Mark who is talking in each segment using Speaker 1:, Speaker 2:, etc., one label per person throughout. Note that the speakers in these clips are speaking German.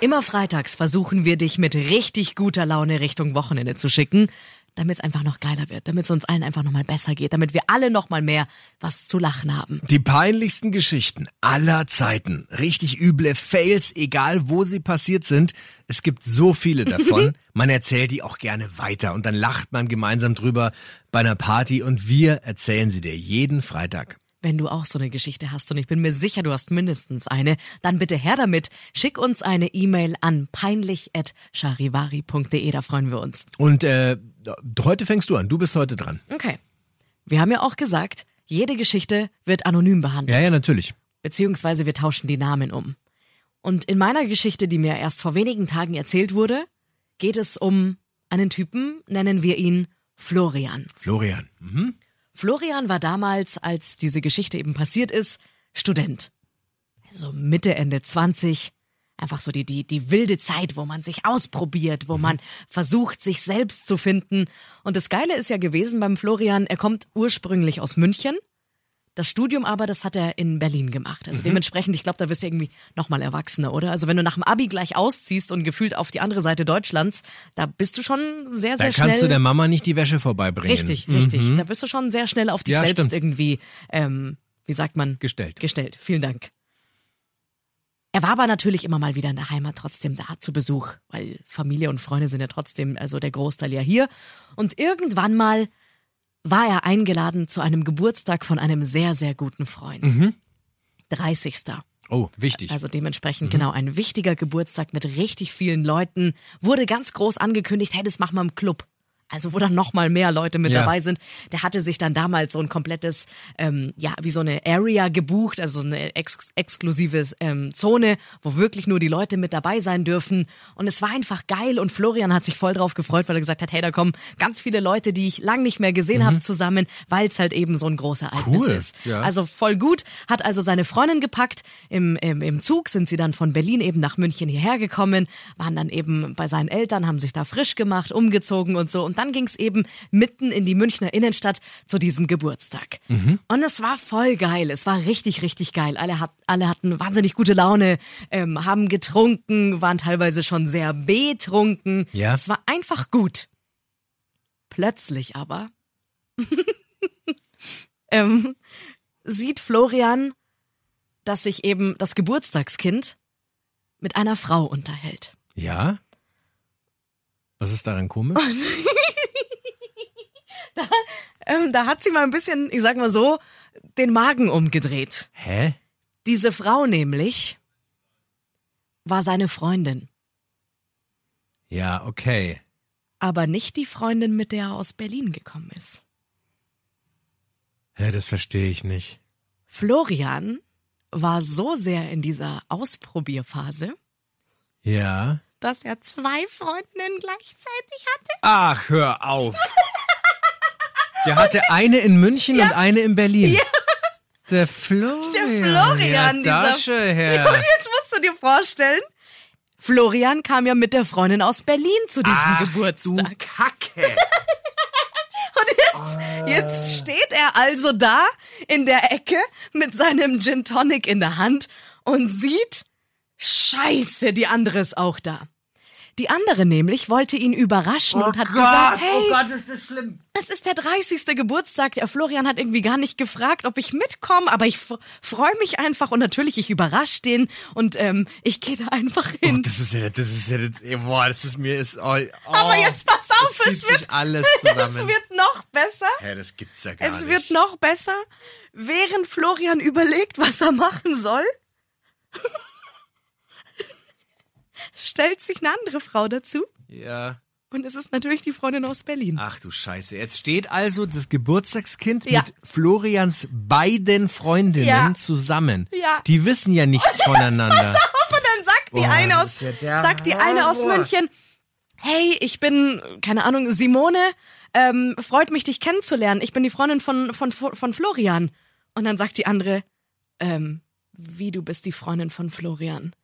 Speaker 1: Immer freitags versuchen wir dich mit richtig guter Laune Richtung Wochenende zu schicken, damit es einfach noch geiler wird, damit es uns allen einfach nochmal besser geht, damit wir alle nochmal mehr was zu lachen haben.
Speaker 2: Die peinlichsten Geschichten aller Zeiten. Richtig üble Fails, egal wo sie passiert sind. Es gibt so viele davon. Man erzählt die auch gerne weiter und dann lacht man gemeinsam drüber bei einer Party und wir erzählen sie dir jeden Freitag.
Speaker 1: Wenn du auch so eine Geschichte hast und ich bin mir sicher, du hast mindestens eine, dann bitte her damit. Schick uns eine E-Mail an peinlich.charivari.de, da freuen wir uns.
Speaker 2: Und äh, heute fängst du an. Du bist heute dran.
Speaker 1: Okay. Wir haben ja auch gesagt, jede Geschichte wird anonym behandelt.
Speaker 2: Ja, ja, natürlich.
Speaker 1: beziehungsweise wir tauschen die Namen um. Und in meiner Geschichte, die mir erst vor wenigen Tagen erzählt wurde, geht es um einen Typen, nennen wir ihn Florian.
Speaker 2: Florian. Mhm.
Speaker 1: Florian war damals, als diese Geschichte eben passiert ist, Student. So Mitte, Ende 20. Einfach so die, die, die wilde Zeit, wo man sich ausprobiert,
Speaker 2: Mhm.
Speaker 1: wo man versucht, sich selbst zu finden. Und das Geile ist ja gewesen beim Florian, er kommt ursprünglich aus München. Das Studium aber, das hat er in Berlin gemacht.
Speaker 2: Mhm.
Speaker 1: Also dementsprechend, ich glaube, da bist du irgendwie nochmal Erwachsener, oder? Also wenn du nach dem Abi gleich ausziehst und gefühlt auf die andere Seite Deutschlands, da bist du schon sehr,
Speaker 2: Da
Speaker 1: sehr schnell.
Speaker 2: kannst du der Mama nicht die Wäsche vorbeibringen. Hm.
Speaker 1: Richtig, richtig. Da bist du schon sehr schnell auf dich
Speaker 2: Mhm. Ja,
Speaker 1: selbst
Speaker 2: stimmt.
Speaker 1: irgendwie, ähm, wie sagt man?
Speaker 2: Gestellt.
Speaker 1: Gestellt. Vielen Dank. Er war aber natürlich immer mal wieder in der Heimat trotzdem da zu Besuch, weil Familie und Freunde sind ja trotzdem, also der Großteil ja hier. Und irgendwann mal war er eingeladen zu einem Geburtstag von einem sehr, sehr guten Freund.
Speaker 2: Mhm.
Speaker 1: 30.
Speaker 2: Oh, wichtig.
Speaker 1: Also dementsprechend,
Speaker 2: Mhm.
Speaker 1: genau, ein wichtiger Geburtstag mit richtig vielen Leuten. Wurde ganz groß angekündigt, hey, das machen wir im Club. Also wo dann nochmal mehr Leute mit
Speaker 2: Ja.
Speaker 1: dabei sind. Der hatte sich dann damals so ein komplettes, ähm, ja, wie so eine Area gebucht, also so eine ex exklusive ähm, Zone, wo wirklich nur die Leute mit dabei sein dürfen. Und es war einfach geil und Florian hat sich voll drauf gefreut, weil er gesagt hat, hey, da kommen ganz viele Leute, die ich lang nicht mehr gesehen habe zusammen, weil es halt eben so ein großer Ereignis
Speaker 2: Mhm. Cool,
Speaker 1: ist.
Speaker 2: ja.
Speaker 1: Also voll gut, hat also seine Freundin gepackt. Im, im, Im Zug sind sie dann von Berlin eben nach München hierher gekommen, waren dann eben bei seinen Eltern, haben sich da frisch gemacht, umgezogen und so. Und dann ging's eben mitten in die Münchner Innenstadt zu diesem Geburtstag. Und es war voll geil, es war richtig, richtig geil. Alle, hat, alle hatten wahnsinnig gute Laune, ähm, haben getrunken, waren teilweise schon sehr betrunken.
Speaker 2: Ja.
Speaker 1: Es war einfach gut. Plötzlich aber ähm, sieht Florian, dass sich eben das Geburtstagskind mit einer Frau unterhält.
Speaker 2: ja. Was ist daran komisch?
Speaker 1: Oh. Ähm, da hat sie mal ein bisschen, ich sag mal so, den Magen umgedreht.
Speaker 2: Hä?
Speaker 1: Diese Frau nämlich war seine Freundin,
Speaker 2: Ja, okay.
Speaker 1: aber nicht die Freundin, mit der er aus Berlin gekommen ist.
Speaker 2: Hä, das verstehe ich nicht.
Speaker 1: Florian war so sehr in dieser Ausprobierphase,
Speaker 2: Ja.
Speaker 1: dass er zwei Freundinnen gleichzeitig hatte.
Speaker 2: Ach, hör auf. Der hatte eine in München und eine in Berlin. Der Florian.
Speaker 1: Der Florian,
Speaker 2: ja,
Speaker 1: dieser-
Speaker 2: Tasche
Speaker 1: Ja, und
Speaker 2: her.
Speaker 1: jetzt musst du dir vorstellen, Florian kam ja mit der Freundin aus Berlin zu diesem
Speaker 2: Ach,
Speaker 1: Geburtstag.
Speaker 2: Kacke.
Speaker 1: Jetzt steht er also da in der Ecke mit seinem Gin Tonic in der Hand und sieht, scheiße, die andere ist auch da. Die andere nämlich wollte ihn überraschen
Speaker 2: Oh
Speaker 1: und hat gesagt, hey,
Speaker 2: ist das schlimm.
Speaker 1: Es Oh ist der 30. Geburtstag. Der Florian hat irgendwie gar nicht gefragt, ob ich mitkomme, aber ich freue mich einfach und natürlich, ich überrasche den und ähm, ich gehe da einfach
Speaker 2: Oh,
Speaker 1: hin.
Speaker 2: das ist ja, das ist ja, ey, boah, das ist mir, ist, oh, oh,
Speaker 1: aber jetzt pass auf,
Speaker 2: das
Speaker 1: es
Speaker 2: zieht
Speaker 1: wird,
Speaker 2: sich alles
Speaker 1: es
Speaker 2: zusammen.
Speaker 1: wird noch besser.
Speaker 2: Hä, das gibt's ja gar
Speaker 1: Es
Speaker 2: nicht.
Speaker 1: wird noch besser, während Florian überlegt, was er machen soll. stellt sich eine andere Frau dazu
Speaker 2: Ja.
Speaker 1: und es ist natürlich die Freundin aus Berlin.
Speaker 2: Ach du Scheiße. Jetzt steht also das Geburtstagskind
Speaker 1: Ja.
Speaker 2: mit Florians beiden Freundinnen
Speaker 1: Ja.
Speaker 2: zusammen.
Speaker 1: Ja.
Speaker 2: Die wissen ja nichts voneinander.
Speaker 1: Und dann sagt die
Speaker 2: Boah,
Speaker 1: eine
Speaker 2: das
Speaker 1: aus,
Speaker 2: ist ja der
Speaker 1: sagt die eine aus
Speaker 2: Hammer.
Speaker 1: München, hey, ich bin, keine Ahnung, Simone, ähm, freut mich, dich kennenzulernen. Ich bin die Freundin von, von, von Florian. Und dann sagt die andere, ähm, wie du bist die Freundin von Florian.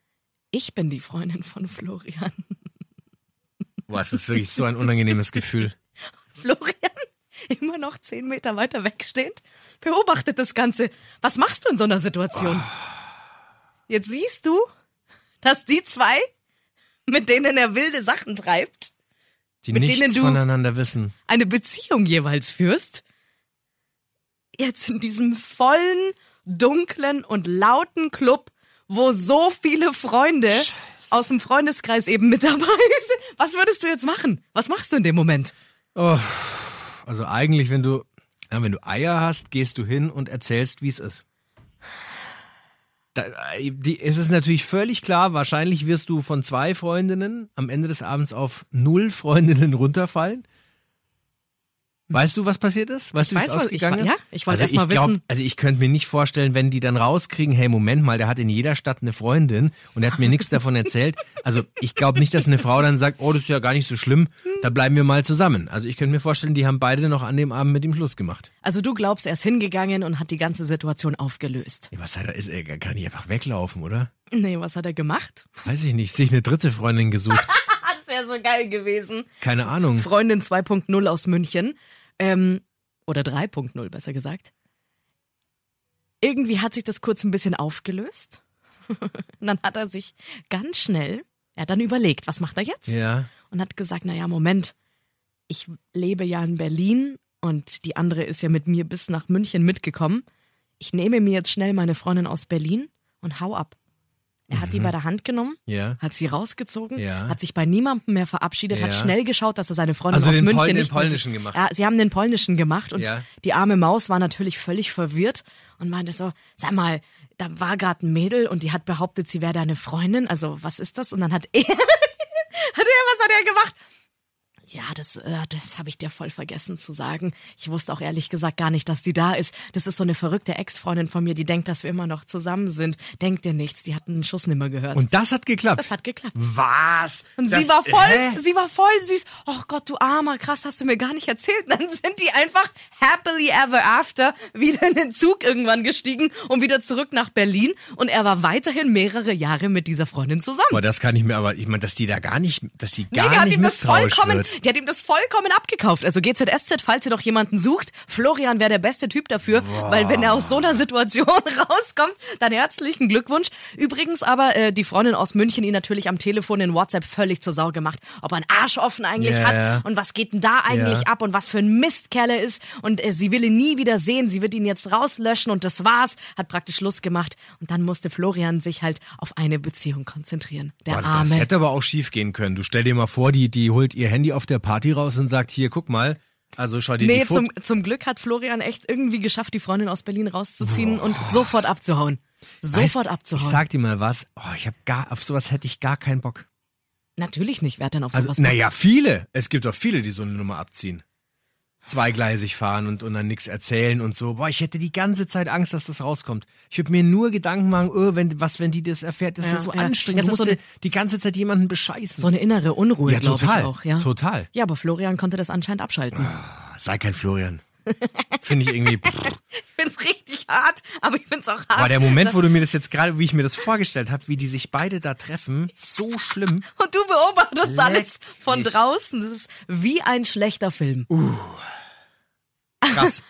Speaker 1: Ich bin die Freundin von Florian.
Speaker 2: Boah, es ist wirklich so ein unangenehmes Gefühl.
Speaker 1: Florian, immer noch zehn Meter weiter wegstehend, beobachtet das Ganze. Was machst du in so einer Situation? Jetzt siehst du, dass die zwei, mit denen er wilde Sachen treibt,
Speaker 2: Die
Speaker 1: Mit denen
Speaker 2: nichts
Speaker 1: du-
Speaker 2: voneinander wissen.
Speaker 1: eine Beziehung jeweils führst, jetzt in diesem vollen, dunklen und lauten Club, wo so viele Freunde aus dem Freundeskreis eben mit dabei sind. Was würdest du jetzt machen? Was machst du in dem Moment?
Speaker 2: Also eigentlich, wenn du, ja, wenn du Eier hast, gehst du hin und erzählst, wie es ist. Da, äh, die, es ist natürlich völlig klar, wahrscheinlich wirst du von zwei Freundinnen am Ende des Abends auf null Freundinnen runterfallen. Weißt du, was passiert ist? Weißt du, wie
Speaker 1: Hm. Ich
Speaker 2: es
Speaker 1: weiß, was- ich
Speaker 2: ausgegangen
Speaker 1: wa-
Speaker 2: ist?
Speaker 1: ja, ich wollte
Speaker 2: also
Speaker 1: erst mal
Speaker 2: ich glaub,
Speaker 1: wissen.
Speaker 2: Also ich könnte mir nicht vorstellen, wenn die dann rauskriegen, hey, Moment mal, der hat in jeder Stadt eine Freundin und er hat mir nichts davon erzählt. Also ich glaube nicht, dass eine Frau dann sagt, oh, das ist ja gar nicht so schlimm, da bleiben wir mal zusammen. Also ich könnte mir vorstellen, die haben beide noch an dem Abend mit ihm Schluss gemacht.
Speaker 1: Also du glaubst, er ist hingegangen und hat die ganze Situation aufgelöst.
Speaker 2: Ja, was hat er, ist, er kann nicht einfach weglaufen, oder?
Speaker 1: Nee, was hat er gemacht?
Speaker 2: Weiß ich nicht, sich eine dritte Freundin gesucht.
Speaker 1: Das wäre so geil gewesen.
Speaker 2: Keine Ahnung.
Speaker 1: Freundin 2.0 aus München. Ähm, oder 3.0 besser gesagt. Irgendwie hat sich das kurz ein bisschen aufgelöst. Und dann hat er sich ganz schnell, er hat dann überlegt, was macht er jetzt?
Speaker 2: Ja.
Speaker 1: Und hat gesagt, naja, Moment, ich lebe ja in Berlin und die andere ist ja mit mir bis nach München mitgekommen. Ich nehme mir jetzt schnell meine Freundin aus Berlin und hau ab. Er hat die bei der Hand genommen,
Speaker 2: Mhm. Ja.
Speaker 1: hat sie rausgezogen,
Speaker 2: Ja.
Speaker 1: hat sich bei niemandem mehr verabschiedet, hat
Speaker 2: Ja.
Speaker 1: schnell geschaut, dass er seine Freundin
Speaker 2: Also
Speaker 1: aus
Speaker 2: den
Speaker 1: München
Speaker 2: Pol- den
Speaker 1: nicht mit sich-
Speaker 2: polnischen gemacht.
Speaker 1: Ja, Ah, sie haben den polnischen gemacht und
Speaker 2: Ja.
Speaker 1: die arme Maus war natürlich völlig verwirrt und meinte so, sag mal, da war gerade ein Mädel und die hat behauptet, sie wäre deine Freundin, also was ist das? Und dann hat er, hat er was hat er gemacht? Ja, das, äh, das habe ich dir voll vergessen zu sagen. Ich wusste auch ehrlich gesagt gar nicht, dass die da ist. Das ist so eine verrückte Ex-Freundin von mir, die denkt, dass wir immer noch zusammen sind. Denkt dir nichts, die hat einen Schuss nimmer gehört.
Speaker 2: Und das hat geklappt.
Speaker 1: Also das hat geklappt.
Speaker 2: was?
Speaker 1: Und
Speaker 2: Das-
Speaker 1: sie war voll,
Speaker 2: Hä?
Speaker 1: sie war voll süß. Och Gott, du Armer, krass, hast du mir gar nicht erzählt. Dann sind die einfach happily ever after wieder in den Zug irgendwann gestiegen und wieder zurück nach Berlin. Und er war weiterhin mehrere Jahre mit dieser Freundin zusammen.
Speaker 2: Boah, das kann ich mir aber, ich meine, dass die da gar nicht, dass die
Speaker 1: Nee,
Speaker 2: gar
Speaker 1: die hat
Speaker 2: nicht
Speaker 1: ihm das
Speaker 2: misstrauisch
Speaker 1: vollkommen,
Speaker 2: wird.
Speaker 1: die hat ihm das vollkommen abgekauft. Also GZSZ, falls ihr noch jemanden sucht, Florian wäre der beste Typ dafür, weil wenn er aus so einer Situation rauskommt, dann herzlichen Glückwunsch. Übrigens aber äh, die Freundin aus München ihn natürlich am Telefon in WhatsApp völlig zur Sau gemacht, ob er einen Arsch offen eigentlich
Speaker 2: Ja,
Speaker 1: hat
Speaker 2: ja.
Speaker 1: und was geht denn da eigentlich
Speaker 2: Ja.
Speaker 1: ab und was für ein Mistkerl er ist und äh, sie will ihn nie wieder sehen, sie wird ihn jetzt rauslöschen und das war's, hat praktisch Schluss gemacht und dann musste Florian sich halt auf eine Beziehung konzentrieren. Der
Speaker 2: Boah,
Speaker 1: Arme.
Speaker 2: das hätte aber auch schief gehen können. Du stell dir mal vor, die, die holt ihr Handy auf der Party raus und sagt, hier, guck mal, also schau dir
Speaker 1: Nee,
Speaker 2: die Fot-
Speaker 1: zum, zum Glück hat Florian echt irgendwie geschafft, die Freundin aus Berlin rauszuziehen und sofort abzuhauen. Sofort
Speaker 2: Weißt,
Speaker 1: abzuhauen.
Speaker 2: Ich sag dir mal was, oh, ich hab gar, auf sowas hätte ich gar keinen Bock.
Speaker 1: Natürlich nicht, wer hat denn auf
Speaker 2: Also,
Speaker 1: sowas Bock?
Speaker 2: naja, viele. Es gibt auch viele, die so eine Nummer abziehen. Zweigleisig fahren und, und dann nichts erzählen und so. Boah, ich hätte die ganze Zeit Angst, dass das rauskommt. Ich würde mir nur Gedanken machen, oh, wenn, was, wenn die das erfährt. Das ist
Speaker 1: Ja,
Speaker 2: ja so
Speaker 1: ja.
Speaker 2: anstrengend.
Speaker 1: Das
Speaker 2: du
Speaker 1: ist
Speaker 2: musst
Speaker 1: so
Speaker 2: dir
Speaker 1: eine-
Speaker 2: die ganze Zeit jemanden bescheißen.
Speaker 1: So eine innere Unruhe,
Speaker 2: ja,
Speaker 1: glaube ich
Speaker 2: total. Ah.
Speaker 1: auch. Ja.
Speaker 2: Total.
Speaker 1: ja, aber Florian konnte das anscheinend abschalten.
Speaker 2: Sei kein Florian. Finde ich irgendwie. Pff.
Speaker 1: Ich find's richtig hart, aber ich find's auch hart.
Speaker 2: War der Moment,
Speaker 1: dass-
Speaker 2: wo du mir das jetzt gerade, wie ich mir das vorgestellt habe, wie die sich beide da treffen, so schlimm.
Speaker 1: Und du beobachtest
Speaker 2: Leck
Speaker 1: alles von
Speaker 2: mich. Uh.
Speaker 1: draußen. Das ist wie ein schlechter Film.
Speaker 2: Krass.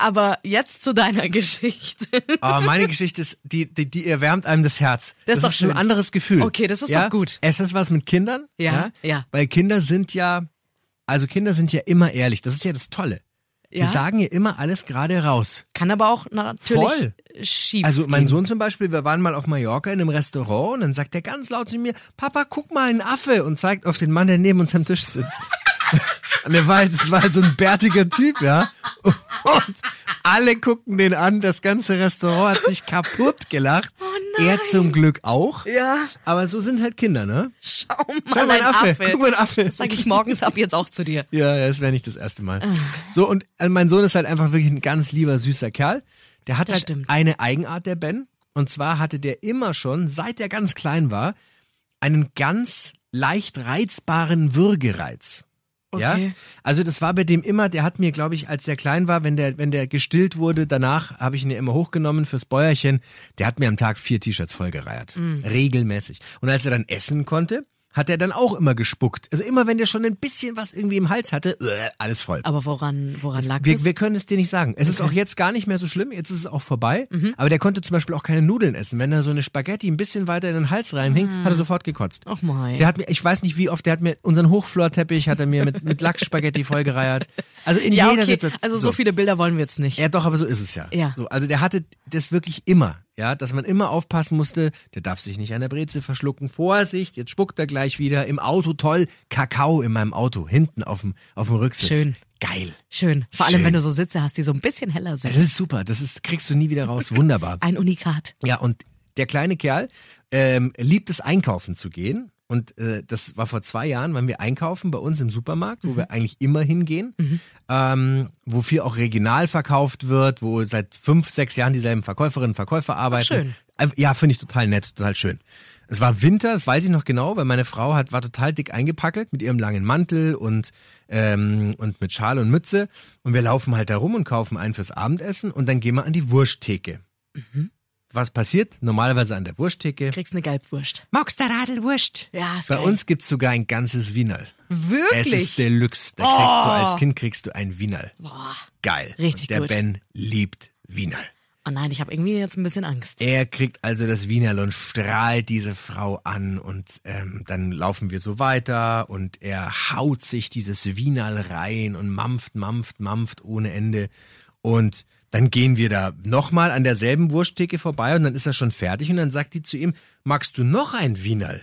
Speaker 1: Aber jetzt zu deiner Geschichte.
Speaker 2: Aber meine Geschichte ist, die, die, die erwärmt einem das Herz.
Speaker 1: Das ist doch
Speaker 2: ist
Speaker 1: schön.
Speaker 2: ein anderes Gefühl.
Speaker 1: Okay, das ist
Speaker 2: ja?
Speaker 1: doch gut.
Speaker 2: Es ist was mit Kindern.
Speaker 1: Ja, ja.
Speaker 2: Weil Kinder sind ja, also Kinder sind ja immer ehrlich. Das ist ja das Tolle.
Speaker 1: Ja.
Speaker 2: Die sagen ja immer alles gerade raus.
Speaker 1: Kann aber auch natürlich
Speaker 2: Voll.
Speaker 1: schief.
Speaker 2: Also mein
Speaker 1: gehen.
Speaker 2: Sohn zum Beispiel, wir waren mal auf Mallorca in einem Restaurant und dann sagt er ganz laut zu mir, Papa, guck mal, ein Affe und zeigt auf den Mann, der neben uns am Tisch sitzt. und der war halt, das war halt so ein bärtiger Typ, ja. Und alle gucken den an, das ganze Restaurant hat sich kaputt gelacht.
Speaker 1: Oh nein.
Speaker 2: Er zum Glück auch.
Speaker 1: Ja.
Speaker 2: Aber so sind halt Kinder, ne?
Speaker 1: Schau mal,
Speaker 2: Schau
Speaker 1: ein
Speaker 2: mal, ein Affe.
Speaker 1: Affe.
Speaker 2: Guck mal, ein Affe.
Speaker 1: Das sag ich morgens ab jetzt auch zu dir.
Speaker 2: Ja, ja, das wäre nicht das erste Mal. So, und also mein Sohn ist halt einfach wirklich ein ganz lieber, süßer Kerl. Der hat
Speaker 1: Das
Speaker 2: halt
Speaker 1: stimmt.
Speaker 2: eine Eigenart, der Ben. Und zwar hatte der immer schon, seit er ganz klein war, einen ganz leicht reizbaren Würgereiz. Ja,
Speaker 1: Okay.
Speaker 2: also das war bei dem immer, der hat mir, glaube ich, als der klein war, wenn der, wenn der gestillt wurde, danach habe ich ihn ja immer hochgenommen fürs Bäuerchen, der hat mir am Tag vier T-Shirts vollgereiert.
Speaker 1: Mm.
Speaker 2: Regelmäßig. Und als er dann essen konnte, hat er dann auch immer gespuckt. Also immer, wenn der schon ein bisschen was irgendwie im Hals hatte, äh, alles voll.
Speaker 1: Aber woran, woran lag
Speaker 2: Wir,
Speaker 1: das?
Speaker 2: wir können es dir nicht sagen. Es ist auch jetzt gar nicht mehr so schlimm, jetzt ist es auch vorbei.
Speaker 1: Mhm.
Speaker 2: Aber der konnte zum Beispiel auch keine Nudeln essen. Wenn er so eine Spaghetti ein bisschen weiter in den Hals reinhing, hat er
Speaker 1: Mm.
Speaker 2: sofort gekotzt.
Speaker 1: Ach mei.
Speaker 2: Der hat mir, ich weiß nicht wie oft, der hat mir unseren Hochflorteppich, hat er mir mit, mit Lachsspaghetti vollgereiert. Also in
Speaker 1: ja,
Speaker 2: jeder
Speaker 1: okay.
Speaker 2: Situation.
Speaker 1: Also so viele Bilder wollen wir jetzt nicht.
Speaker 2: Ja, doch, aber so ist es ja.
Speaker 1: Ja.
Speaker 2: So, also der hatte das wirklich immer, ja, dass man immer aufpassen musste, der darf sich nicht an der Breze verschlucken. Vorsicht, jetzt spuckt er gleich wieder. Im Auto toll, Kakao in meinem Auto, hinten auf dem, auf dem Rücksitz.
Speaker 1: Schön.
Speaker 2: Geil.
Speaker 1: Schön. Vor allem,
Speaker 2: Schön. Äh?
Speaker 1: wenn du so Sitze hast, die so ein bisschen heller sind.
Speaker 2: Das ist super, das ist, kriegst du nie wieder raus. Wunderbar.
Speaker 1: Ein Unikat.
Speaker 2: Ja, und der kleine Kerl ähm, liebt es, einkaufen zu gehen. Und äh, das war vor zwei Jahren, waren wir einkaufen bei uns im Supermarkt, wo wir eigentlich immer hingehen, ähm, wo viel auch regional verkauft wird, wo seit fünf, sechs Jahren dieselben Verkäuferinnen und Verkäufer arbeiten.
Speaker 1: schön.
Speaker 2: Einf- Ja, finde ich total nett, total schön. Es war Winter, das weiß ich noch genau, weil meine Frau hat, war total dick eingepackelt mit ihrem langen Mantel und, ähm, und mit Schal und Mütze. Und wir laufen halt da rum und kaufen ein fürs Abendessen und dann gehen wir an die Wursttheke was passiert? Normalerweise an der Wursttheke.
Speaker 1: Kriegst eine Gelbwurst.
Speaker 2: Magst du Radlwurst?
Speaker 1: Ja, ist
Speaker 2: Bei
Speaker 1: geil.
Speaker 2: uns gibt's sogar ein ganzes Wienerl.
Speaker 1: Wirklich?
Speaker 2: Es ist Deluxe. Da kriegst du als Kind kriegst du ein Wienerl.
Speaker 1: Boah.
Speaker 2: Geil.
Speaker 1: Richtig
Speaker 2: Und der
Speaker 1: gut.
Speaker 2: Ben liebt Wienerl.
Speaker 1: Oh nein, ich habe irgendwie jetzt ein bisschen Angst.
Speaker 2: Er kriegt also das Wienerl und strahlt diese Frau an und ähm, dann laufen wir so weiter und er haut sich dieses Wienerl rein und mampft, mampft, mampft ohne Ende und dann gehen wir da nochmal an derselben Wursttheke vorbei und dann ist er schon fertig und dann sagt die zu ihm, magst du noch ein Wienerl?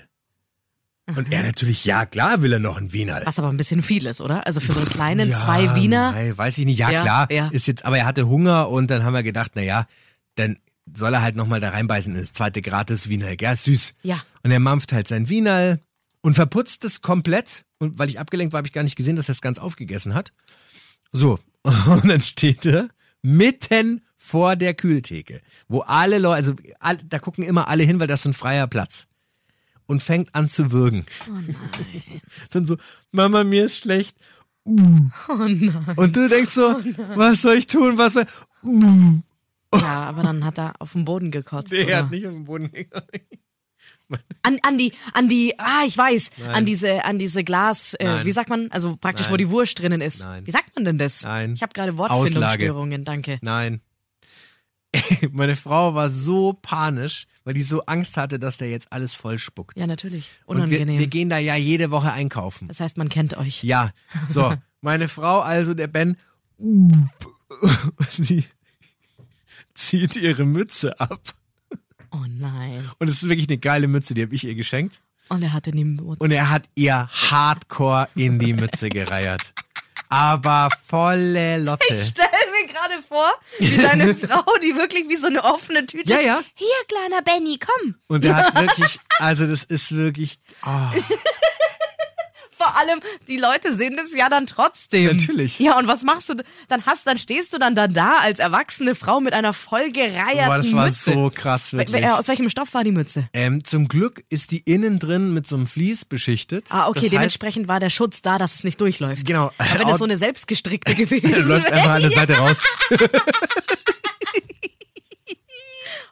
Speaker 2: Und er natürlich, ja klar will er noch ein Wienerl.
Speaker 1: Was aber ein bisschen viel ist, oder? Also für so einen kleinen
Speaker 2: Ja,
Speaker 1: zwei Wiener.
Speaker 2: Nein, weiß ich nicht. Ja,
Speaker 1: Ja,
Speaker 2: klar.
Speaker 1: ja.
Speaker 2: Ist jetzt, aber er hatte Hunger und dann haben wir gedacht, na ja, dann soll er halt nochmal da reinbeißen ins zweite gratis Wiener. Ja, süß.
Speaker 1: Ja.
Speaker 2: Und er mampft halt sein Wienerl und verputzt es komplett. Und weil ich abgelenkt war, habe ich gar nicht gesehen, dass er es ganz aufgegessen hat. So. Und dann steht er mitten vor der Kühltheke, wo alle Leute, also all, da gucken immer alle hin, weil das ist so ein freier Platz. Und fängt an zu würgen. Dann so, Mama, mir ist schlecht. Und du denkst so, was soll ich tun? Was soll
Speaker 1: Ja, aber dann hat er auf den Boden gekotzt.
Speaker 2: Der
Speaker 1: oder?
Speaker 2: Oh. hat nicht auf den Boden gegangen.
Speaker 1: An, an die, an die, ah, ich weiß, an diese, an diese Glas, äh,
Speaker 2: Nein.
Speaker 1: wie sagt man? Also praktisch, wo
Speaker 2: Nein.
Speaker 1: die Wurst drinnen ist.
Speaker 2: Nein.
Speaker 1: Wie sagt man denn das?
Speaker 2: Nein.
Speaker 1: Ich habe gerade Wortfindungsstörungen, danke.
Speaker 2: Nein. Meine Frau war so panisch, weil die so Angst hatte, dass der jetzt alles vollspuckt.
Speaker 1: Ja, natürlich.
Speaker 2: Und wir,
Speaker 1: Unangenehm.
Speaker 2: wir gehen da ja jede Woche einkaufen.
Speaker 1: das heißt, man kennt euch.
Speaker 2: Ja, so. Meine Frau, also der Ben, sie zieht ihre Mütze ab.
Speaker 1: Oh nein.
Speaker 2: Und es ist wirklich eine geile Mütze, die habe ich ihr geschenkt.
Speaker 1: Und er hatte den Mut.
Speaker 2: Und er hat ihr hardcore in die Mütze gereiert. Aber volle Lotte.
Speaker 1: Stell mir gerade vor, wie deine Frau, die wirklich wie so eine offene Tüte.
Speaker 2: Ja, ja.
Speaker 1: Hier, kleiner Benny, komm.
Speaker 2: Und er hat wirklich, also das ist wirklich, ah,
Speaker 1: Vor allem, die Leute sehen das ja dann trotzdem.
Speaker 2: Natürlich.
Speaker 1: Ja, und was machst du? Dann hast, dann stehst du dann, dann da als erwachsene Frau mit einer vollgereierten
Speaker 2: boah, das war
Speaker 1: Mütze.
Speaker 2: so krass wirklich.
Speaker 1: Äh, Aus welchem Stoff war die Mütze?
Speaker 2: Ähm, zum Glück ist die innen drin mit so einem Vlies beschichtet.
Speaker 1: Ah, okay,
Speaker 2: das
Speaker 1: dementsprechend war der Schutz da, dass es nicht durchläuft.
Speaker 2: Genau.
Speaker 1: Aber wenn
Speaker 2: Out-
Speaker 1: das so eine selbstgestrickte gewesen
Speaker 2: Heißt, läuft
Speaker 1: wäre.
Speaker 2: einfach an der Seite raus.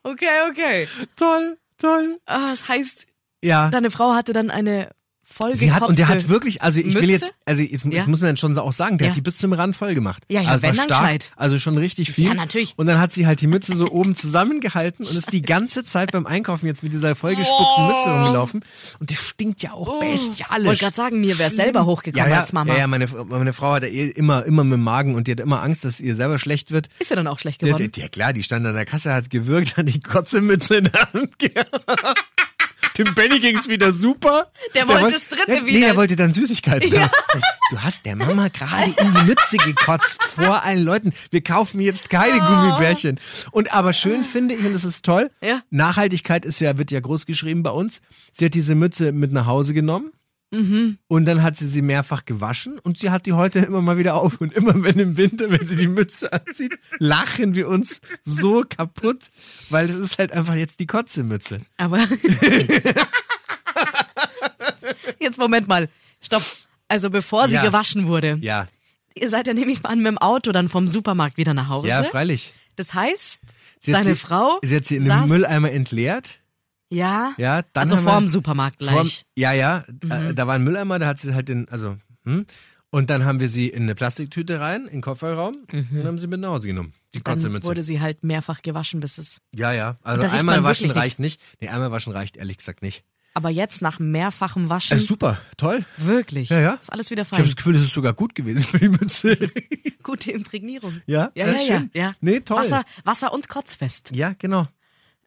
Speaker 1: Okay, okay.
Speaker 2: toll, toll.
Speaker 1: Ah, das heißt,
Speaker 2: Ja.
Speaker 1: deine Frau hatte dann eine vollgekotzte...
Speaker 2: Sie hat, und der hat wirklich, also ich
Speaker 1: Mütze?
Speaker 2: will jetzt, also jetzt
Speaker 1: Ja.
Speaker 2: das muss man dann schon auch sagen, der
Speaker 1: Ja.
Speaker 2: hat die bis zum Rand voll gemacht.
Speaker 1: Ja, ja,
Speaker 2: also es war
Speaker 1: wenn, dann
Speaker 2: stark,
Speaker 1: gescheit.
Speaker 2: Also schon richtig viel.
Speaker 1: Ja, natürlich.
Speaker 2: Und dann hat sie halt die Mütze so oben zusammengehalten und ist die ganze Zeit beim Einkaufen jetzt mit
Speaker 1: Oh.
Speaker 2: dieser vollgespuckten Mütze rumgelaufen. Und der stinkt ja auch bestialisch.
Speaker 1: Wollte gerade sagen, mir wäre selber hochgekommen
Speaker 2: ja, ja,
Speaker 1: als Mama.
Speaker 2: Ja, ja meine, meine Frau hat ja eh immer, immer mit dem Magen und die hat immer Angst, dass ihr selber schlecht wird.
Speaker 1: Ist ja dann auch schlecht
Speaker 2: Ja,
Speaker 1: geworden.
Speaker 2: ja, klar, die stand an der Kasse, hat gewürgt, hat die Kotzemütze in der Hand gehabt. Dem Benny ging's wieder super.
Speaker 1: Der wollte das dritte
Speaker 2: ja, Nee,
Speaker 1: wieder.
Speaker 2: er wollte dann Süßigkeiten. haben. Du hast der Mama gerade in die Mütze gekotzt vor allen Leuten. Wir kaufen jetzt keine Gummibärchen. Und aber schön finde ich, und das ist toll,
Speaker 1: Ja.
Speaker 2: Nachhaltigkeit ist ja, wird ja groß geschrieben bei uns. Sie hat diese Mütze mit nach Hause genommen.
Speaker 1: Mhm.
Speaker 2: Und dann hat sie sie mehrfach gewaschen und sie hat die heute immer mal wieder auf. Und immer wenn im Winter, wenn sie die Mütze anzieht, lachen wir uns so kaputt, weil es ist halt einfach jetzt die Kotzemütze.
Speaker 1: Aber. Jetzt Moment mal. Stopp. Also bevor sie
Speaker 2: Ja.
Speaker 1: gewaschen wurde.
Speaker 2: Ja.
Speaker 1: Ihr seid ja nämlich mal an mit dem Auto dann vom Supermarkt wieder nach Hause.
Speaker 2: Ja, freilich.
Speaker 1: das heißt,
Speaker 2: hat
Speaker 1: deine
Speaker 2: sie,
Speaker 1: Frau
Speaker 2: Sie hat sie in einem
Speaker 1: saß-
Speaker 2: Mülleimer entleert.
Speaker 1: Ja.
Speaker 2: Ja, dann
Speaker 1: also
Speaker 2: haben wir-
Speaker 1: vorm Mhm. Supermarkt
Speaker 2: Vorm-
Speaker 1: gleich.
Speaker 2: ja, ja. Äh, da war ein Mülleimer, da hat sie halt den, also, hm. Und dann haben wir sie in eine Plastiktüte rein, in den Kofferraum, und haben sie mit nach Hause genommen. Die
Speaker 1: Mhm. dann wurde
Speaker 2: Kotzemütze.
Speaker 1: sie halt mehrfach gewaschen, bis es.
Speaker 2: Ja, ja. Also
Speaker 1: da riecht
Speaker 2: einmal
Speaker 1: man
Speaker 2: waschen
Speaker 1: wirklich
Speaker 2: reicht nicht. Nee, einmal waschen reicht ehrlich gesagt nicht.
Speaker 1: Aber jetzt nach mehrfachem
Speaker 2: Äh,
Speaker 1: Waschen.
Speaker 2: super, toll.
Speaker 1: wirklich.
Speaker 2: Ja, ja.
Speaker 1: Ist alles wieder
Speaker 2: Ich habe
Speaker 1: fein.
Speaker 2: das Gefühl, das ist sogar gut gewesen für die Mütze.
Speaker 1: Gute Imprägnierung.
Speaker 2: Ja,
Speaker 1: Ja,
Speaker 2: äh,
Speaker 1: ja, ja,
Speaker 2: schön.
Speaker 1: ja.
Speaker 2: Nee, toll.
Speaker 1: Wasser, Wasser und kotzfest.
Speaker 2: Ja, genau.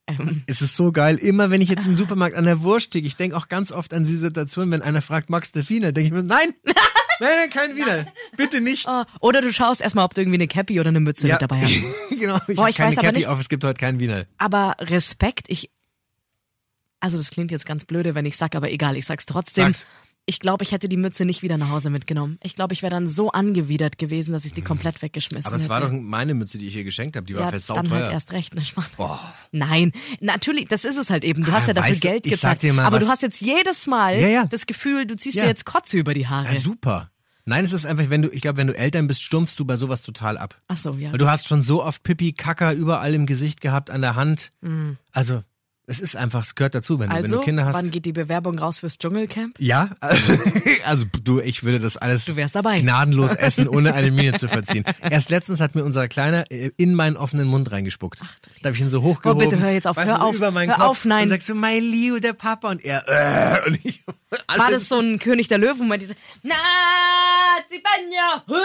Speaker 1: Ähm, Ah.
Speaker 2: Es ist so geil. Immer wenn ich jetzt im Supermarkt an der Wurst stehe, ich denke auch ganz oft an diese Situation, wenn einer fragt, magst du Wiener? denke ich mir, nein, nein, nein, kein Wiener. Bitte nicht.
Speaker 1: oh, oder du schaust erstmal, ob du irgendwie eine Cappy oder eine Mütze mit dabei hast.
Speaker 2: genau, ich,
Speaker 1: Boah,
Speaker 2: hab
Speaker 1: ich
Speaker 2: keine
Speaker 1: weiß aber
Speaker 2: Cappy
Speaker 1: nicht-
Speaker 2: auf, es gibt heute keinen Wiener.
Speaker 1: Aber Respekt, ich. Also, das klingt jetzt ganz blöde, wenn ich sag, aber egal, ich sag's trotzdem.
Speaker 2: Sag's.
Speaker 1: Ich glaube, ich hätte die Mütze nicht wieder nach Hause mitgenommen. Ich glaube, ich wäre dann so angewidert gewesen, dass ich die komplett weggeschmissen
Speaker 2: Hm. Aber es
Speaker 1: hätte.
Speaker 2: war doch meine Mütze, die ich ihr geschenkt habe. Die war
Speaker 1: ja,
Speaker 2: fest
Speaker 1: dann halt
Speaker 2: sauteuer.
Speaker 1: erst recht. Ne? Spaß. Nein, natürlich, das ist es halt eben. Du hast
Speaker 2: Ah,
Speaker 1: ja dafür
Speaker 2: weißt du,
Speaker 1: Geld
Speaker 2: ich
Speaker 1: gezahlt.
Speaker 2: sag dir mal
Speaker 1: aber du
Speaker 2: was-
Speaker 1: hast jetzt jedes Mal
Speaker 2: Ja, ja.
Speaker 1: das Gefühl, du ziehst
Speaker 2: Ja.
Speaker 1: dir jetzt Kotze über die Haare.
Speaker 2: ja, super. Nein, es ist einfach, wenn du, ich glaube, wenn du Eltern bist, stumpfst du bei sowas total ab.
Speaker 1: Ach so, ja.
Speaker 2: Weil du hast schon so oft Pipi, Kacker überall im Gesicht gehabt, an der Hand. Also, es ist einfach, es gehört dazu, wenn, du- wenn
Speaker 1: Mhm. also,
Speaker 2: du Kinder hast.
Speaker 1: wann geht die Bewerbung raus fürs Dschungelcamp?
Speaker 2: Ja, also du, ich würde das alles
Speaker 1: Du wärst dabei.
Speaker 2: gnadenlos essen, ohne eine Miene zu verziehen. Erst letztens hat mir unser Kleiner äh, in meinen offenen Mund reingespuckt. Ach,
Speaker 1: du lieber.
Speaker 2: da habe ich ihn so hochgehoben.
Speaker 1: Oh, bitte hör jetzt auf,
Speaker 2: weißt
Speaker 1: hör
Speaker 2: du, so
Speaker 1: auf,
Speaker 2: über meinen
Speaker 1: hör
Speaker 2: Kopf
Speaker 1: auf, nein.
Speaker 2: Und sagst so, mein Leo, der Papa. Und er, äh, und ich, alles,
Speaker 1: War das so ein König der Löwen, Moment, diese Nazi Banja!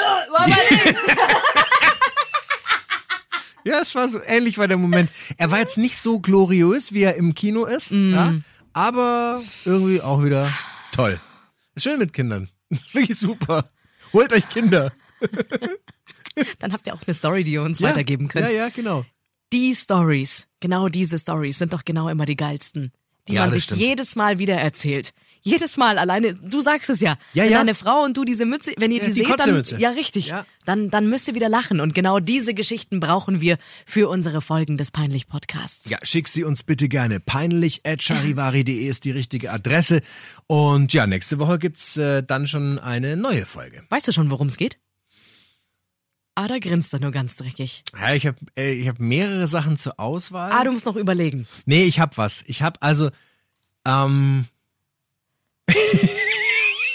Speaker 2: Ja, es war so ähnlich war der Moment. Er war jetzt nicht so gloriös, wie er im Kino ist,
Speaker 1: Mm.
Speaker 2: ja, aber irgendwie auch wieder toll. Ist Schön mit Kindern. Das ist wirklich super. Holt euch Kinder.
Speaker 1: Dann habt ihr auch eine Story, die ihr uns
Speaker 2: Ja.
Speaker 1: weitergeben könnt.
Speaker 2: Ja, ja, genau.
Speaker 1: Die Stories, genau diese Stories sind doch genau immer die geilsten, die
Speaker 2: Ja,
Speaker 1: man
Speaker 2: das
Speaker 1: sich
Speaker 2: stimmt.
Speaker 1: jedes Mal wieder erzählt. Jedes Mal alleine, du sagst es ja,
Speaker 2: Ja,
Speaker 1: wenn
Speaker 2: ja.
Speaker 1: deine Frau und du diese Mütze, wenn ihr
Speaker 2: Ja,
Speaker 1: die,
Speaker 2: die
Speaker 1: seht, dann
Speaker 2: Kotzemütze.
Speaker 1: ja richtig,
Speaker 2: Ja.
Speaker 1: dann dann müsst ihr wieder lachen und genau diese Geschichten brauchen wir für unsere Folgen des peinlich Podcasts.
Speaker 2: Ja, schick sie uns bitte gerne. Peinlich at charivari.de ist die richtige Adresse. Und ja, nächste Woche gibt's äh, dann schon eine neue Folge.
Speaker 1: Weißt du schon, worum es geht? Ah, da grinst er nur ganz dreckig.
Speaker 2: Ja, ich habe äh, ich hab mehrere Sachen zur Auswahl.
Speaker 1: Ah, du musst noch überlegen.
Speaker 2: nee, ich hab was. Ich hab also, ähm,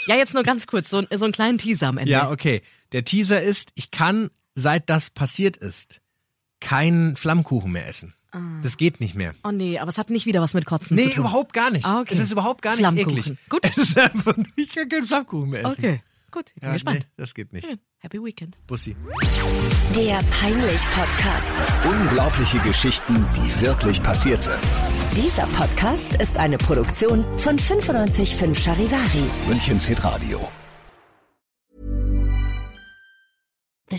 Speaker 1: Ja, jetzt nur ganz kurz, so, so einen kleinen Teaser am Ende.
Speaker 2: ja, okay. Der Teaser ist, ich kann, seit das passiert ist, keinen Flammkuchen mehr essen. Das geht nicht mehr.
Speaker 1: Oh nee, aber es hat nicht wieder was mit Kotzen Ah.
Speaker 2: Nee,
Speaker 1: Um zu tun.
Speaker 2: überhaupt gar nicht.
Speaker 1: Ah, okay.
Speaker 2: Es ist überhaupt gar nicht
Speaker 1: Flammkuchen.
Speaker 2: eklig.
Speaker 1: Gut.
Speaker 2: Es ist einfach, ich kann keinen Flammkuchen mehr essen.
Speaker 1: Okay, gut, ich bin
Speaker 2: Ja,
Speaker 1: gespannt.
Speaker 2: Nee, das geht nicht.
Speaker 1: Happy Weekend.
Speaker 2: Bussi.
Speaker 3: Der Peinlich-Podcast.
Speaker 4: Unglaubliche Geschichten, die wirklich passiert sind.
Speaker 3: Dieser Podcast ist eine Produktion von 955 Charivari.
Speaker 4: Münchens Hitradio.
Speaker 5: The